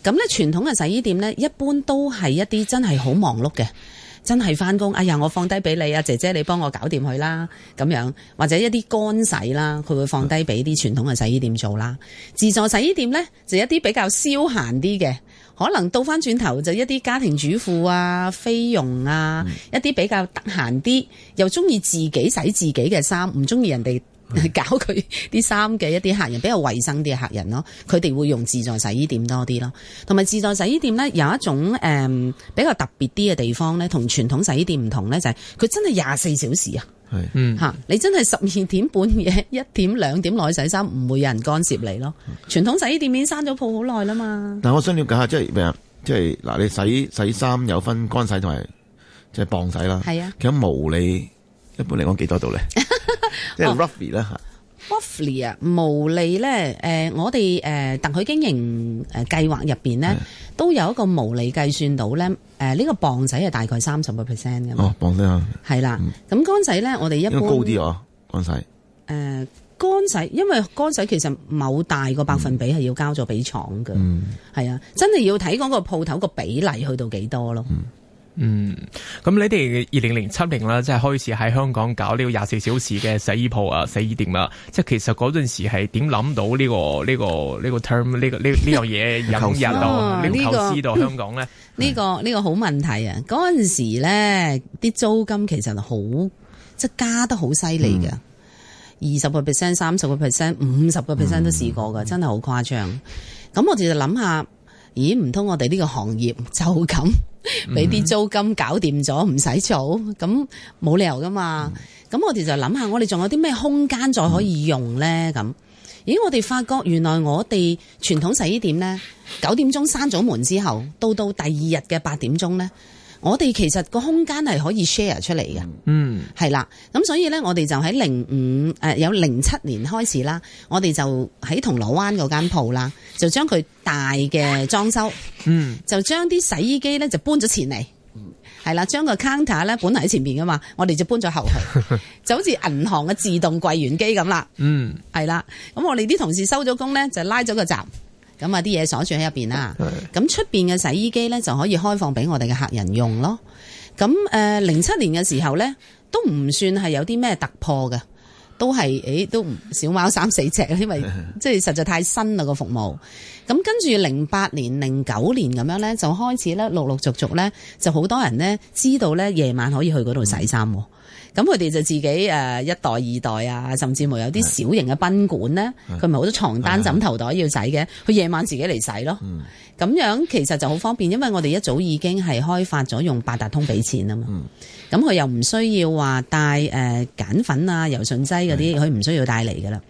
Speaker 3: 咁咧傳統嘅洗衣店咧，一般都係一啲真係好忙碌嘅，真係翻工。哎呀，我放低俾你啊，姐姐你幫我搞掂佢啦，咁樣或者一啲乾洗啦，佢會放低俾啲傳統嘅洗衣店做啦。自助洗衣店咧就一啲比較消閒啲嘅。可能倒翻轉頭就一啲家庭主婦啊、菲傭啊，一啲比較得閒啲，又中意自己洗自己嘅衫，唔中意人哋 [laughs] 搞佢啲衫嘅一啲客人，比較衞生啲嘅客人咯，佢哋會用自助洗衣店多啲咯。同埋自助洗衣店呢，有一種誒、嗯比較特別啲嘅地方呢，同傳統洗衣店唔同呢，就係、佢真係廿四小時啊！
Speaker 2: 係
Speaker 1: 嗯，
Speaker 3: 吓，你真係十二點半夜一點兩點內洗衫，唔會有人干涉你咯。傳統洗衣店已經閂咗鋪好耐啦嘛。
Speaker 2: 但我想了解下，即係譬如即係嗱，你洗洗衫有分乾洗同埋即係磅洗啦。
Speaker 3: 係啊
Speaker 2: 其實毛利一般嚟講幾
Speaker 3: [laughs]
Speaker 2: 多度咧？即
Speaker 3: 哦
Speaker 2: 係 roughly 啦嚇。
Speaker 3: Waffly 啊，毛利咧，誒、我哋誒特許經營誒計劃入邊咧，都有一個毛利計算到咧，誒、呢、個磅仔係大概三十個 percent 嘅嘛，
Speaker 2: 哦，磅洗啊，
Speaker 3: 係啦、咁乾仔咧，我哋一
Speaker 2: 應該
Speaker 3: 般
Speaker 2: 高啲哦，乾洗。
Speaker 3: 誒乾洗，因為乾洗其實某大個百分比係要交咗俾廠嘅，
Speaker 2: 嗯
Speaker 3: 係啊、真係要睇嗰個鋪頭個比例去到幾多咯。
Speaker 1: 嗯，咁你哋二零零七年啦，即係開始喺香港搞呢個廿四小時嘅洗衣鋪啊、洗衣店啦，即係其實嗰陣時係點諗到呢、個呢、個呢、個 term 呢、個呢呢樣
Speaker 2: [laughs]
Speaker 1: 嘢
Speaker 2: 構
Speaker 1: 引
Speaker 2: 思
Speaker 1: 入
Speaker 3: 啊
Speaker 1: 到呢個
Speaker 3: 呢個
Speaker 1: 構思到香港咧？
Speaker 3: 呢、個呢、個好問題啊！嗰陣時咧，啲租金其實好即係加得好犀利嘅，二十個 percent、三十個 percent、五十個 percent 都試過嘅，真係好誇張。咁我哋就諗下，咦？唔通我哋呢個行業就咁俾啲租金搞掂咗，唔使做，咁冇理由噶嘛？咁我哋就諗下，我哋仲有啲咩空間再可以用咧？咁咦，我哋發覺原來我哋傳統洗衣店呢，九點鐘閂咗門之後，到到第二日嘅八點鐘呢，我哋其實個空間係可以 share 出嚟嘅，
Speaker 1: 嗯，
Speaker 3: 係啦。咁所以呢，我哋就喺零五誒有零七年開始啦，我哋就喺銅鑼灣嗰間鋪啦，就將佢大嘅裝修，
Speaker 1: 嗯，
Speaker 3: 就將啲洗衣機呢就搬咗前嚟。係啦，將個 counter 咧本嚟喺前面噶嘛，我哋就搬咗後去，就好似銀行嘅自動櫃員機咁啦，
Speaker 1: 嗯，
Speaker 3: 係啦。咁我哋啲同事收咗工咧，就拉咗個閘，咁啊啲嘢鎖住喺入邊啦。咁出邊嘅洗衣機咧就可以開放俾我哋嘅客人用咯。咁誒零七年嘅時候咧，都唔算係有啲咩突破嘅，都係誒都唔小貓三四隻，因為即係實在太新啦個服務。咁跟住零八年、零九年咁樣咧，就開始咧陸陸續續咧，就好多人咧知道咧夜晚可以去嗰度洗衫喎。咁佢哋就自己誒、呃一代、二代啊，甚至乎有啲小型嘅賓館咧，佢咪好多床單、枕頭袋要洗嘅，佢夜晚自己嚟洗咯。咁樣其實就好方便，因為我哋一早已經係開發咗用八達通俾錢啊嘛。
Speaker 2: 嗯
Speaker 3: 咁佢又唔需要話帶誒鹼粉啊、柔順劑嗰
Speaker 2: 嗯
Speaker 3: 啲，佢唔需要帶嚟噶啦。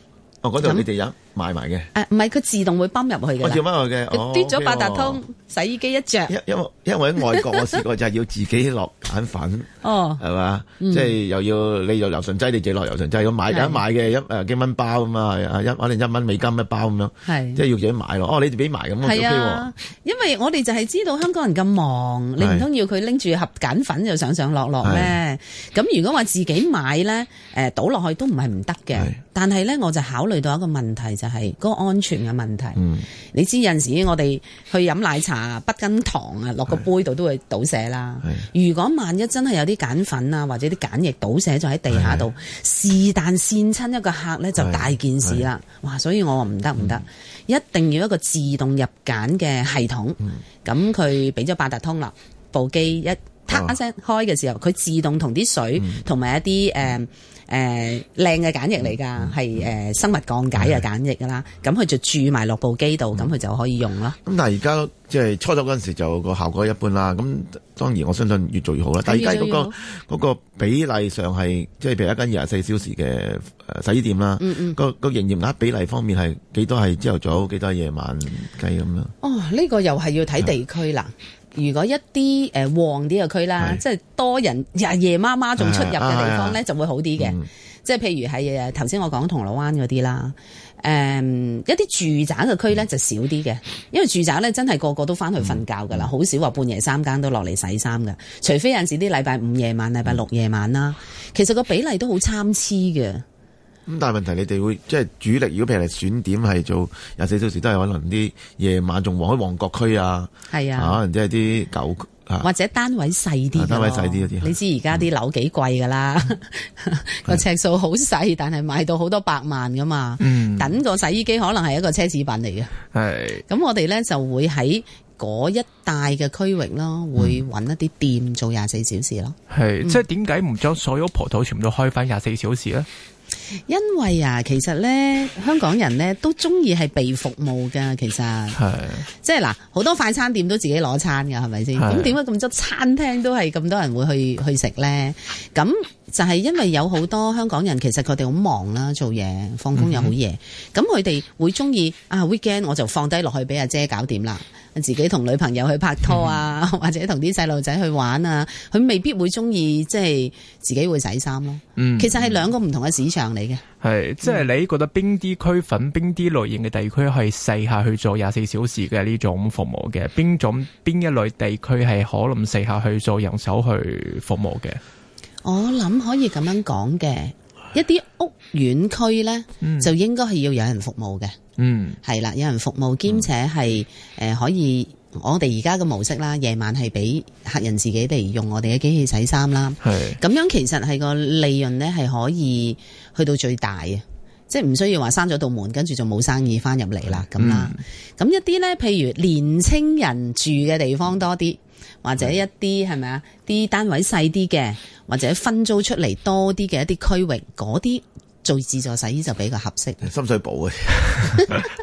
Speaker 2: 哦，嗰度
Speaker 3: 咁
Speaker 2: 你哋有賣埋嘅，
Speaker 3: 誒唔係，佢自動會泵入去噶
Speaker 2: 我
Speaker 3: 啦
Speaker 2: 照。翻去嘅，
Speaker 3: 佢
Speaker 2: 哦
Speaker 3: 嘟咗
Speaker 2: OK
Speaker 3: 八達
Speaker 2: 喎
Speaker 3: 通，洗衣機一着，
Speaker 2: 因因為因為喺外國我試過就係要自己落鹼粉，
Speaker 3: 哦，
Speaker 2: 係嘛？即係又要你又油順劑，你自己落油順劑咁買，有得
Speaker 3: 係
Speaker 2: 買嘅一誒幾蚊包咁啊，啊一可能一蚊美金一包咁樣，
Speaker 3: 係
Speaker 2: 即係要自己買咯。哦，你哋俾埋咁我 OK
Speaker 3: 係
Speaker 2: 喎
Speaker 3: 啊，，因為我哋就係知道香港人咁忙，你唔通要佢拎住盒鹼粉就上上落落咩？咁如果話自己買呢，誒倒落去都唔係唔得嘅
Speaker 2: 係。
Speaker 3: 但係呢，我就考慮到一個問題，就係嗰個安全嘅問題。
Speaker 2: 嗯
Speaker 3: 你知有陣時我哋去飲奶茶，不跟糖啊，落個杯度都會倒瀉啦。如果萬一真係有啲鹼粉啊，或者啲鹼液倒瀉咗喺地下度，是但跣親一個客呢，就大件事啦。哇！所以我話唔得唔得，一定要一個自動入鹼嘅系統。咁佢俾咗八達通啦，部機一嗒一聲開嘅時候，佢自動同啲水同埋一啲誒誒靚嘅鹼液嚟㗎，係誒、生物降解嘅鹼液㗎啦。咁佢就注埋落部機度，咁佢就可以用咯。
Speaker 2: 咁但係而家即係初頭嗰陣時就個效果一般啦。咁當然我相信越做越好啦。但係而家
Speaker 3: 越做越
Speaker 2: 嗰個嗰個比例上係即係譬如一間廿四小時嘅呃洗衣店啦，
Speaker 3: 嗯
Speaker 2: 個個營業額比例方面係幾多係朝頭早，幾多係夜晚計咁樣。
Speaker 3: 哦，呢、個又係要睇地區啦。如果一啲誒、呃旺啲嘅區啦，
Speaker 2: 係
Speaker 3: 即係啊多人夜夜媽媽仲出入嘅地方
Speaker 2: 係係
Speaker 3: 咧，就會好啲嘅。
Speaker 2: 嗯
Speaker 3: 即係譬如係誒呃頭先我講銅鑼灣嗰啲啦，誒、一啲住宅嘅區咧就少啲嘅，因為住宅咧真係個個都翻去瞓覺㗎啦，
Speaker 2: 嗯
Speaker 3: 好、少話半夜三更都落嚟洗衫㗎，除非有陣時啲禮拜五夜晚、禮拜六夜晚啦，
Speaker 2: 嗯
Speaker 3: 其實個比例都好參差嘅。
Speaker 2: 咁但係問題你哋會即係主力，如果譬如你選點係做廿四小時，都係可能啲夜晚仲旺喺旺角區啊，
Speaker 3: 係
Speaker 2: 啊可能即係啲舊啊
Speaker 3: 或者單位細啲嘅咯，
Speaker 2: 啊單位細啲嗰啲嗯
Speaker 3: 你知而家啲樓幾貴噶啦， [laughs] 個尺數好細，但係賣到好多百萬噶嘛。
Speaker 1: 嗯
Speaker 3: 等個洗衣機可能係一個奢侈品嚟嘅。
Speaker 1: 係
Speaker 3: 咁我哋咧就會喺嗰一帶嘅區域咯，會揾一啲店做廿四小時咯。
Speaker 1: 係，即係點解唔將所有鋪頭全部都開翻廿四小時咧？
Speaker 3: 因為啊，其實咧香港人咧都中意係被服務㗎，其實。
Speaker 1: 係
Speaker 3: 即係嗱，好多快餐店都自己攞餐㗎，係咪先？
Speaker 1: 係
Speaker 3: 咁點解咁多餐廳都係咁多人會去去食呢？咁就係因為有好多香港人其實佢哋好忙啦，做嘢放工
Speaker 1: 嗯
Speaker 3: 又好夜，咁佢哋會中意啊 weekend 我就放低落去俾阿姐搞掂啦，自己同女朋友去拍拖啊，[laughs]
Speaker 1: 嗯
Speaker 3: 或者同啲細路仔去玩啊，佢未必會中意即係自己會洗衫咯。
Speaker 1: 嗯
Speaker 3: 其實係兩個唔同嘅市場嚟嘅。
Speaker 1: 係，即
Speaker 3: 嗯
Speaker 1: 係你覺得邊啲區份、邊啲類型嘅地區係適合去做廿四小時嘅呢種服務嘅？邊種邊一類地區係可能適合去做人手去服務嘅？
Speaker 3: 我諗可以咁樣講嘅，一啲屋苑區呢，就應該係要有人服務嘅，
Speaker 1: 嗯，
Speaker 3: 係啦，有人服務兼且係誒、呃可以，我哋而家嘅模式啦，夜晚係俾客人自己嚟用我哋嘅機器洗衫啦， [laughs]
Speaker 1: 係
Speaker 3: 咁樣其實係個利潤呢，係可以去到最大嘅。即係唔需要話閂咗道門，跟住就冇生意翻入嚟啦咁啦。咁、一啲呢，譬如年青人住嘅地方多啲，或者一啲係咪啊？啲單位細啲嘅，或者分租出嚟多啲嘅一啲區域，嗰啲做自助洗衣就比較合適。
Speaker 2: 深水埗嘅，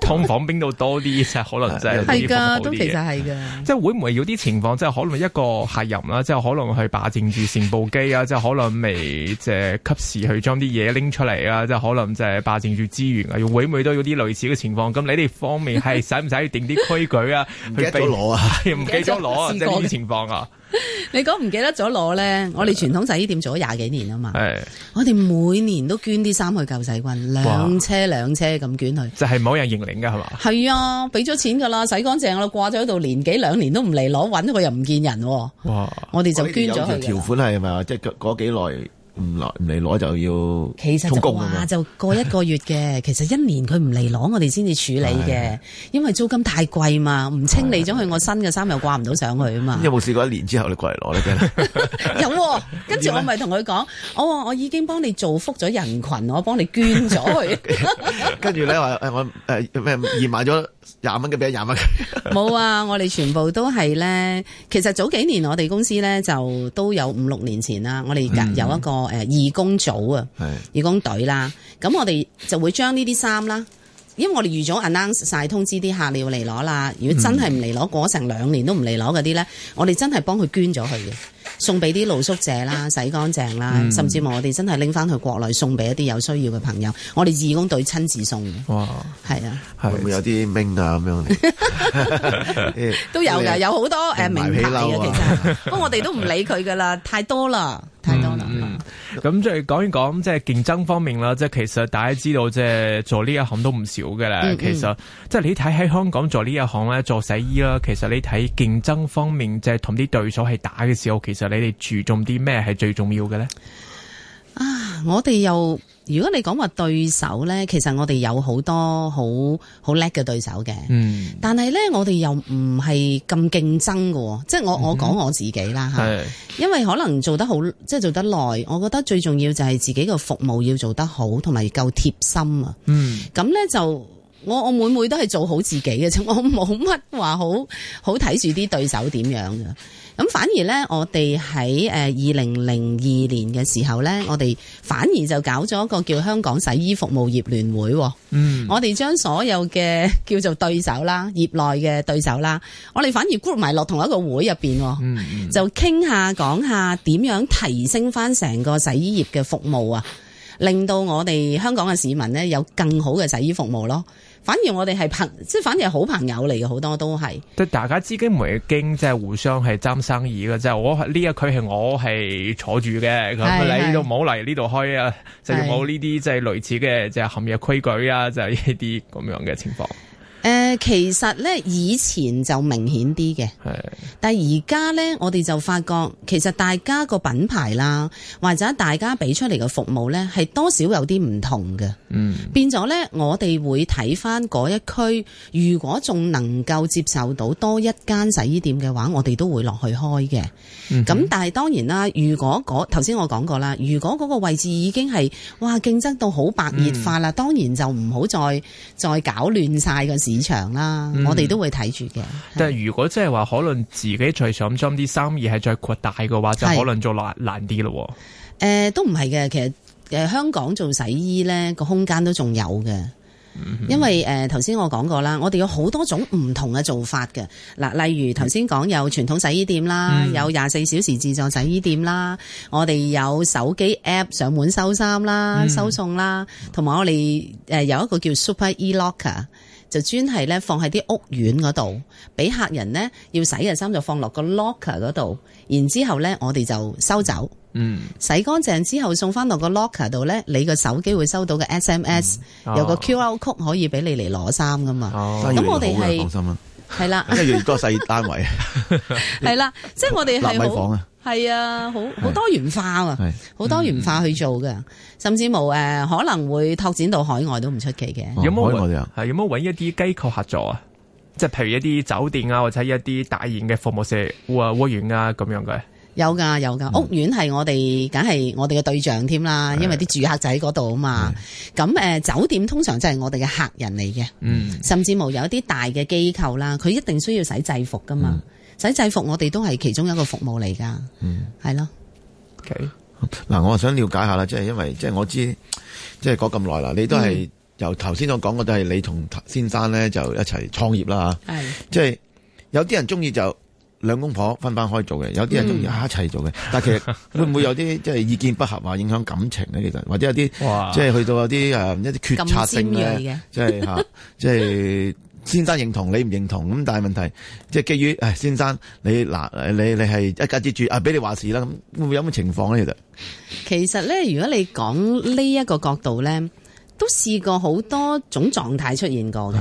Speaker 1: 劏房邊度多啲，即係可能真係
Speaker 3: 係
Speaker 1: 呢啲服務好
Speaker 3: 㗎，
Speaker 1: 啲
Speaker 3: 都
Speaker 1: 嘅
Speaker 3: 其實係㗎。
Speaker 1: 即係會唔會有啲情況，即係可能一個客人啦，即係可能係霸佔住成部機啊，即係可能未即係及時去將啲嘢拎出嚟啊，即係可能就係霸佔住資源啊，會唔會都有啲類似嘅情況？咁你哋方面係使唔使定啲規矩啊？
Speaker 2: 唔
Speaker 1: 去
Speaker 2: 記得咗
Speaker 1: 避
Speaker 2: 攞啊！
Speaker 1: [laughs] 係唔記得咗攞啊，即係呢啲情況啊，
Speaker 3: [laughs] 你講唔記得咗攞咧？我哋傳統洗衣店做咗廿幾年啊嘛，
Speaker 1: 係
Speaker 3: 我哋每年都捐啲衫去救世軍，兩車兩車咁捐去。
Speaker 1: 就係冇人認領嘅係嘛？
Speaker 3: 係啊，俾咗錢㗎啦，洗乾淨啦，掛咗喺度年幾兩年都唔嚟攞，揾佢又唔見人喎，
Speaker 1: 哇！
Speaker 3: 我哋就捐
Speaker 2: 哦有
Speaker 3: 咗佢㗎
Speaker 2: 條條
Speaker 3: 啦。
Speaker 2: 款係咪話即係嗰幾耐唔攞唔嚟攞就要
Speaker 3: 其實
Speaker 2: 充
Speaker 3: 就
Speaker 2: 公咁
Speaker 3: 話
Speaker 2: 樣？
Speaker 3: 就過一個月嘅，其實一年佢唔嚟攞，我哋先至處理嘅，因為租金太貴嘛，唔清理咗佢，我新嘅衫又掛唔到上去啊嘛
Speaker 2: 咁。有冇試過一年之後你過嚟攞咧？真係
Speaker 3: 有喎、跟住我咪同佢講，我話我已經幫你造福咗人群，我幫你捐咗佢。
Speaker 2: 跟住咧話誒我誒咩二買咗廿蚊嘅
Speaker 3: [laughs]
Speaker 2: 俾廿蚊，
Speaker 3: 冇啊！我哋全部都係咧，其實早幾年我哋公司咧就都有五六年前啦，我哋有一個誒義工組啊，
Speaker 2: 係
Speaker 3: 義工隊啦，咁我哋就會將呢啲衫啦。因為我哋預咗 announce 晒通知啲客你要嚟攞啦，如果真係唔嚟攞，過咗成兩年都唔嚟攞嗰啲咧，我哋真係幫佢捐咗佢嘅，送俾啲露宿者啦、洗乾淨啦，甚至乎我哋真係拎翻去國內送俾一啲有需要嘅朋友，我哋義工隊親自送嘅，
Speaker 1: 哇！
Speaker 3: 係啊。
Speaker 2: 會唔會
Speaker 1: 係
Speaker 2: 有啲明啊咁樣嚟？
Speaker 3: [laughs] 都有嘅，
Speaker 2: 嘅，
Speaker 3: 有好多誒名
Speaker 2: 埋
Speaker 3: 牌
Speaker 2: 皮褸
Speaker 3: 嘅，
Speaker 2: 啊
Speaker 3: 其實，不過我哋都唔理佢噶啦，太多啦，太多啦。
Speaker 1: 嗯咁即係講一講即係競爭方面啦，即係其實大家知道即係做呢一行都唔少嘅啦。
Speaker 3: 嗯嗯
Speaker 1: 其實即係你睇喺香港做呢一行咧，做洗衣啦，其實你睇競爭方面，即係同啲對手係打嘅時候，其實你哋注重啲咩係最重要嘅咧？
Speaker 3: 啊我哋又，如果你講話對手咧，其實我哋有好多好好叻嘅對手嘅，
Speaker 1: 嗯，
Speaker 3: 但係咧我哋又唔係咁競爭嘅喎，即係我我講我自己啦嚇。
Speaker 1: 嗯係
Speaker 3: 因為可能做得好，即係做得耐，我覺得最重要就係自己個服務要做得好，同埋夠貼心啊。
Speaker 1: 嗯，
Speaker 3: 咁咧就我我每每都係做好自己嘅啫， [laughs] 我冇乜話好好睇住啲對手點樣嘅。咁反而咧，我哋喺誒呃二零零二年嘅時候咧，我哋反而就搞咗一個叫香港洗衣服務業聯會喎。
Speaker 1: 嗯，
Speaker 3: 我哋將所有嘅 [laughs] 叫做對手啦，業內嘅對手啦，我哋反而 group 埋落同一個會入邊喎。
Speaker 1: 嗯嗯
Speaker 3: 就傾下講下點樣提升翻成個洗衣業嘅服務啊，令到我哋香港嘅市民呢有更好嘅洗衣服務咯。反而我哋係朋，即係反而係好朋友嚟嘅，好多都係。
Speaker 1: 即係大家之間唔係經即係互相係爭生意嘅，即係我係呢一區係我係坐住嘅，
Speaker 3: 係
Speaker 1: 咁啊
Speaker 3: 係
Speaker 1: 你呢度唔好嚟呢度開啊，就
Speaker 3: 係
Speaker 1: 冇呢啲即係類似嘅即係行業規矩啊，就係呢啲咁樣嘅情況，
Speaker 3: 誒、其實呢，以前就明顯啲嘅，
Speaker 1: 係
Speaker 3: 但係而家呢，我哋就發覺其實大家個品牌啦，或者大家俾出嚟嘅服務呢，係多少有啲唔同嘅。
Speaker 1: 嗯
Speaker 3: 變咗咧，我哋會睇翻嗰一區，如果仲能夠接受到多一間洗衣店嘅話，我哋都會落去開嘅。
Speaker 1: 嗯
Speaker 3: 咁、但係當然啦，如果嗰頭先我講過啦，如果嗰個位置已經係哇競爭到好白熱化
Speaker 1: 嗯
Speaker 3: 啦，當然就唔好再再搞亂晒個市場啦。我哋都會睇住嘅。
Speaker 1: 嗯但係如果即係話可能自己再想將啲生意係再擴大嘅話，就
Speaker 3: 係
Speaker 1: 可能就難難啲咯
Speaker 3: 誒、呃都唔係嘅，其實誒、呃香港做洗衣咧個空間都仲有嘅。因為誒頭先我講過啦，我哋有好多種唔同嘅做法嘅嗱，例如頭先講有傳統洗衣店啦，有廿四小時自助洗衣店啦，我哋有手機 app 上門收衫啦、收送啦，同埋我哋誒有一個叫 Super E Locker。就專係咧放喺啲屋苑嗰度，俾客人咧要洗嘅衫就放落個 locker 嗰度，然之後咧我哋就收走。
Speaker 1: 嗯，
Speaker 3: 洗乾淨之後送翻落個 locker 度咧，你個手機會收到嘅 SMS，、
Speaker 2: 嗯啊
Speaker 1: 哦
Speaker 3: 有個 QR code 可以俾你嚟攞衫噶嘛，
Speaker 1: 哦
Speaker 2: 生意越嚟越好
Speaker 3: 我哋
Speaker 2: 㗎
Speaker 3: 係
Speaker 2: 放心啦，
Speaker 3: 係
Speaker 2: [laughs]
Speaker 3: 啦
Speaker 2: 因為越嚟越多細單位，
Speaker 3: 係啦，即 [laughs] 係我哋
Speaker 2: 納
Speaker 3: 係
Speaker 2: 米房
Speaker 3: 好
Speaker 2: 啊，嗯
Speaker 3: 係啊，好好多元化啊，
Speaker 2: 係
Speaker 3: 好多元化去做
Speaker 2: 嗯
Speaker 3: 嘅，甚至冇誒、呃可能會拓展到海外都唔出奇嘅。
Speaker 2: 哦
Speaker 1: 有冇
Speaker 2: 海外都有
Speaker 1: 揾係有冇揾一啲機構合作啊？即係譬如一啲酒店啊，或者一啲大型嘅服務社啊、會員啊咁樣嘅。
Speaker 3: 有㗎有㗎，
Speaker 2: 嗯
Speaker 3: 屋苑係我哋梗係我哋嘅對象添啦，因為啲住客仔嗰度啊嘛。咁誒、呃酒店通常就係我哋嘅客人嚟嘅。
Speaker 1: 嗯
Speaker 3: 甚至乎有一啲大嘅機構啦，佢一定需要洗制服噶
Speaker 2: 嗯
Speaker 3: 嘛。洗制服我哋都係其中一個服務嚟噶，
Speaker 2: 嗯
Speaker 3: 係咯、
Speaker 1: ，OK，
Speaker 2: 嗱，我想了解下啦，即係因為即係我知，即係講咁耐啦，你都
Speaker 3: 嗯
Speaker 2: 係由頭先我講嗰都係你同先生咧就一齊創業啦
Speaker 3: 係
Speaker 2: 嚇即係有啲人中意就兩公婆分翻開做嘅，有啲人中
Speaker 3: 嗯
Speaker 2: 意啊一齊做嘅，但係其實會唔會
Speaker 3: [laughs]
Speaker 2: 有啲即係意見不合啊，影響感情咧？其實或者有啲
Speaker 1: 哇
Speaker 2: 啊即係去到有啲誒一啲決策性
Speaker 3: 啊咁尖鋭嘅 [laughs]
Speaker 2: 咧，即係嚇，即係先生認同你唔認同咁，但係問題即係基於誒先生你嗱你你係一家之主啊，俾你話事啦，咁會唔會有咁嘅情況咧？其
Speaker 3: 其
Speaker 2: 實
Speaker 3: 實咧，如果你講呢一個角度咧，都試過好多種狀態出現過嘅。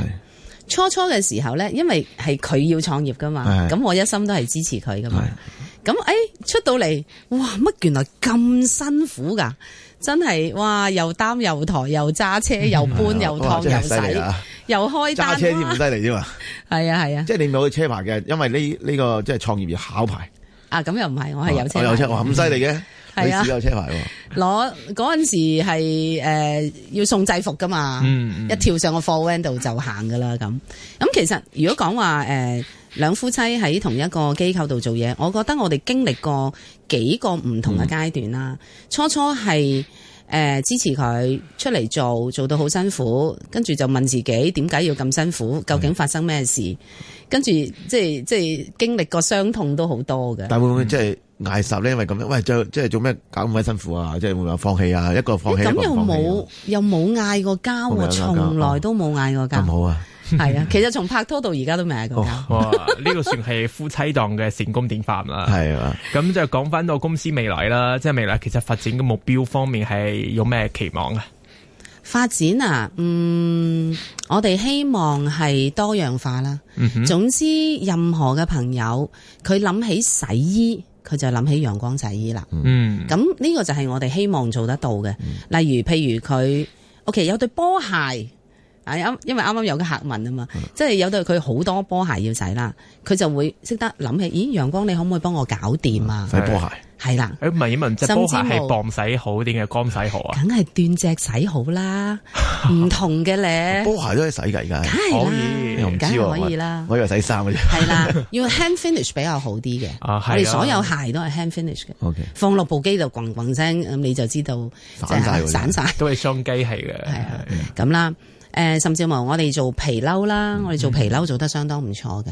Speaker 3: 初初嘅時候咧，因為係佢要創業噶嘛，
Speaker 2: 係
Speaker 3: 咁我一心都係支持佢噶嘛。咁誒、哎出到嚟，哇！乜原來咁辛苦噶，真係哇！又擔又抬又揸車又搬又
Speaker 2: 嗯哇
Speaker 3: 燙
Speaker 2: 真係
Speaker 3: 又
Speaker 2: 犀利
Speaker 3: 洗
Speaker 2: 啊！
Speaker 3: 又開單啊
Speaker 2: 揸車添唔
Speaker 3: 啦，
Speaker 2: 犀利啫
Speaker 3: [laughs]
Speaker 2: 嘛，
Speaker 3: 係啊係啊，
Speaker 2: 即係你冇去車牌嘅，因為呢呢個即係創業要考牌，啊
Speaker 3: 啊咁又唔係，我係有車
Speaker 2: 哦我有車，
Speaker 3: 牌，
Speaker 2: 哇咁犀利嘅，
Speaker 3: 係
Speaker 2: 你
Speaker 3: 啊
Speaker 2: 試有車牌喎。
Speaker 3: 攞嗰陣時係誒要送制服噶嘛。
Speaker 1: 嗯，
Speaker 3: 一跳上個 four van 度就行噶啦咁。咁其實如果講話誒兩夫妻喺同一個機構度做嘢，我覺得我哋經歷過幾個唔同嘅階段
Speaker 2: 嗯
Speaker 3: 啦。初初係誒、呃支持佢出嚟做，做到好辛苦，跟住就問自己點解要咁辛苦，究
Speaker 2: 嗯
Speaker 3: 竟發生咩事？跟住即係即係經歷過傷痛都好多嘅。
Speaker 2: 但會唔會即係嗌霎咧？因為咁樣，喂，就即係做咩搞咁鬼辛苦啊？即係會唔會話放棄啊？一個放
Speaker 3: 咦
Speaker 2: 棄，一
Speaker 3: 咁
Speaker 2: 個
Speaker 3: 又
Speaker 2: 唔放棄
Speaker 3: 冇
Speaker 2: 啊
Speaker 3: 又冇嗌過交喎，
Speaker 2: 冇嗌過交哦
Speaker 3: 從來都冇嗌過
Speaker 2: 咁
Speaker 3: 交，
Speaker 2: 好哦啊！
Speaker 3: 係啊。其 [laughs] 實從拍拖到而家都未嗌過交。
Speaker 1: 哇！呢個算係夫妻檔嘅成功典範啦。
Speaker 2: 係啊，
Speaker 1: 咁就講翻到公司未來啦，即係未來其實發展嘅目標方面係有咩期望啊？
Speaker 3: 發展啊，嗯，我哋希望係多樣化啦。
Speaker 1: 嗯哼，
Speaker 3: 總之，任何嘅朋友，佢諗起洗衣，佢就諗起陽光洗衣啦。
Speaker 1: 嗯，
Speaker 3: 咁呢個就係我哋希望做得到嘅。
Speaker 2: 嗯
Speaker 3: 例如，譬如佢，OK，有對波鞋。啊，啱因為啱啱有個客問啊嘛，
Speaker 2: 嗯
Speaker 3: 即係有對佢好多波鞋要洗啦，佢就會識得諗起，咦，陽光你可唔可以幫我搞掂啊？
Speaker 2: 嗯洗波鞋，
Speaker 3: 係啦。
Speaker 1: 誒問一問，即係波鞋
Speaker 3: 甚至
Speaker 1: 係
Speaker 3: 冇
Speaker 1: 磅洗好定係乾洗好
Speaker 3: [laughs]
Speaker 1: 啊？
Speaker 3: 梗係斷隻洗好
Speaker 2: [laughs]
Speaker 3: 啦，唔同嘅咧，梗
Speaker 2: 波鞋都可以洗㗎，而家
Speaker 3: 係
Speaker 1: 可以
Speaker 3: 啦
Speaker 2: 我唔，知
Speaker 3: 梗
Speaker 2: 喎
Speaker 3: 係可以啦，
Speaker 2: 我以為洗衫嘅啫。
Speaker 3: 係啦，要 hand finish 比較好啲
Speaker 2: [laughs]
Speaker 3: 嘅，
Speaker 1: 啊係啊
Speaker 3: 我哋所有鞋都係 hand finish 嘅，
Speaker 2: O K，
Speaker 3: 放落部機度咣咣聲，咁你就知道即
Speaker 2: 散晒
Speaker 3: 係
Speaker 2: 喎
Speaker 3: 散晒
Speaker 1: 都係雙機係嘅，
Speaker 3: 係啊咁啦。誒，甚至乎我哋做皮褸啦，
Speaker 1: 嗯
Speaker 3: 我哋做皮褸做得相當唔錯嘅，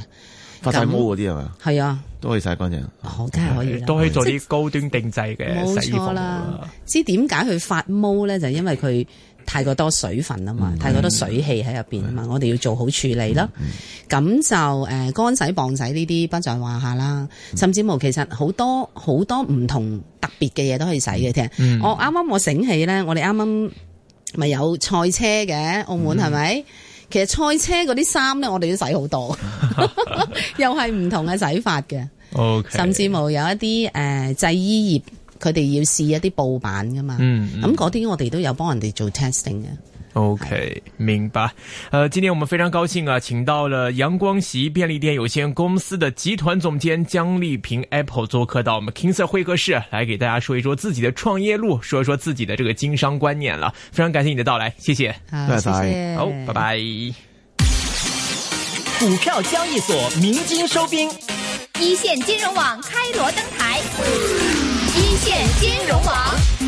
Speaker 2: 發晒毛嗰啲係嘛，
Speaker 3: 係啊，
Speaker 2: 都可以洗乾淨。
Speaker 3: 我梗係可以啦。
Speaker 1: [laughs] 都可以做啲高端定制
Speaker 3: 冇
Speaker 1: 嘅洗衣服
Speaker 3: 錯啦
Speaker 1: 務啦。。
Speaker 3: 知點解佢發毛咧？就因為佢太過多水分啊
Speaker 1: 嗯
Speaker 3: 嘛，太過多水氣喺入邊啊嘛，我哋要做好處理啦。咁就誒、呃、乾洗、磅洗呢啲不在話下啦。
Speaker 1: 嗯
Speaker 3: 甚至乎其實好多好多唔同特別嘅嘢都可以洗
Speaker 1: 嗯
Speaker 3: 嘅。聽、我啱啱我醒起咧，我哋啱啱咪有賽車嘅澳
Speaker 1: 嗯
Speaker 3: 門係咪？其實賽車嗰啲衫咧，我哋都洗好
Speaker 1: [laughs]
Speaker 3: 多， [laughs] 又係唔同嘅洗法嘅。
Speaker 1: O K，
Speaker 3: 甚至乎有一啲誒、呃製衣業，佢哋要試一啲布板噶嘛。
Speaker 1: 嗯
Speaker 3: 咁嗰啲我哋都有幫人哋做 testing 嘅。
Speaker 1: OK，明白。呃，今天我们非常高兴啊，请到了阳光洗衣便利店有限公司的集团总监姜丽萍 Apple 做客到我们 King Sir 会客室，来给大家说一说自己的创业路，说一说自己的这个经商观念了。非常感谢你的到来，谢谢。
Speaker 3: 啊
Speaker 2: 多謝
Speaker 3: 謝謝
Speaker 1: 好，拜拜。
Speaker 4: 股票交易所鸣金收兵，
Speaker 5: 一线金融网开锣登台，一线金融网。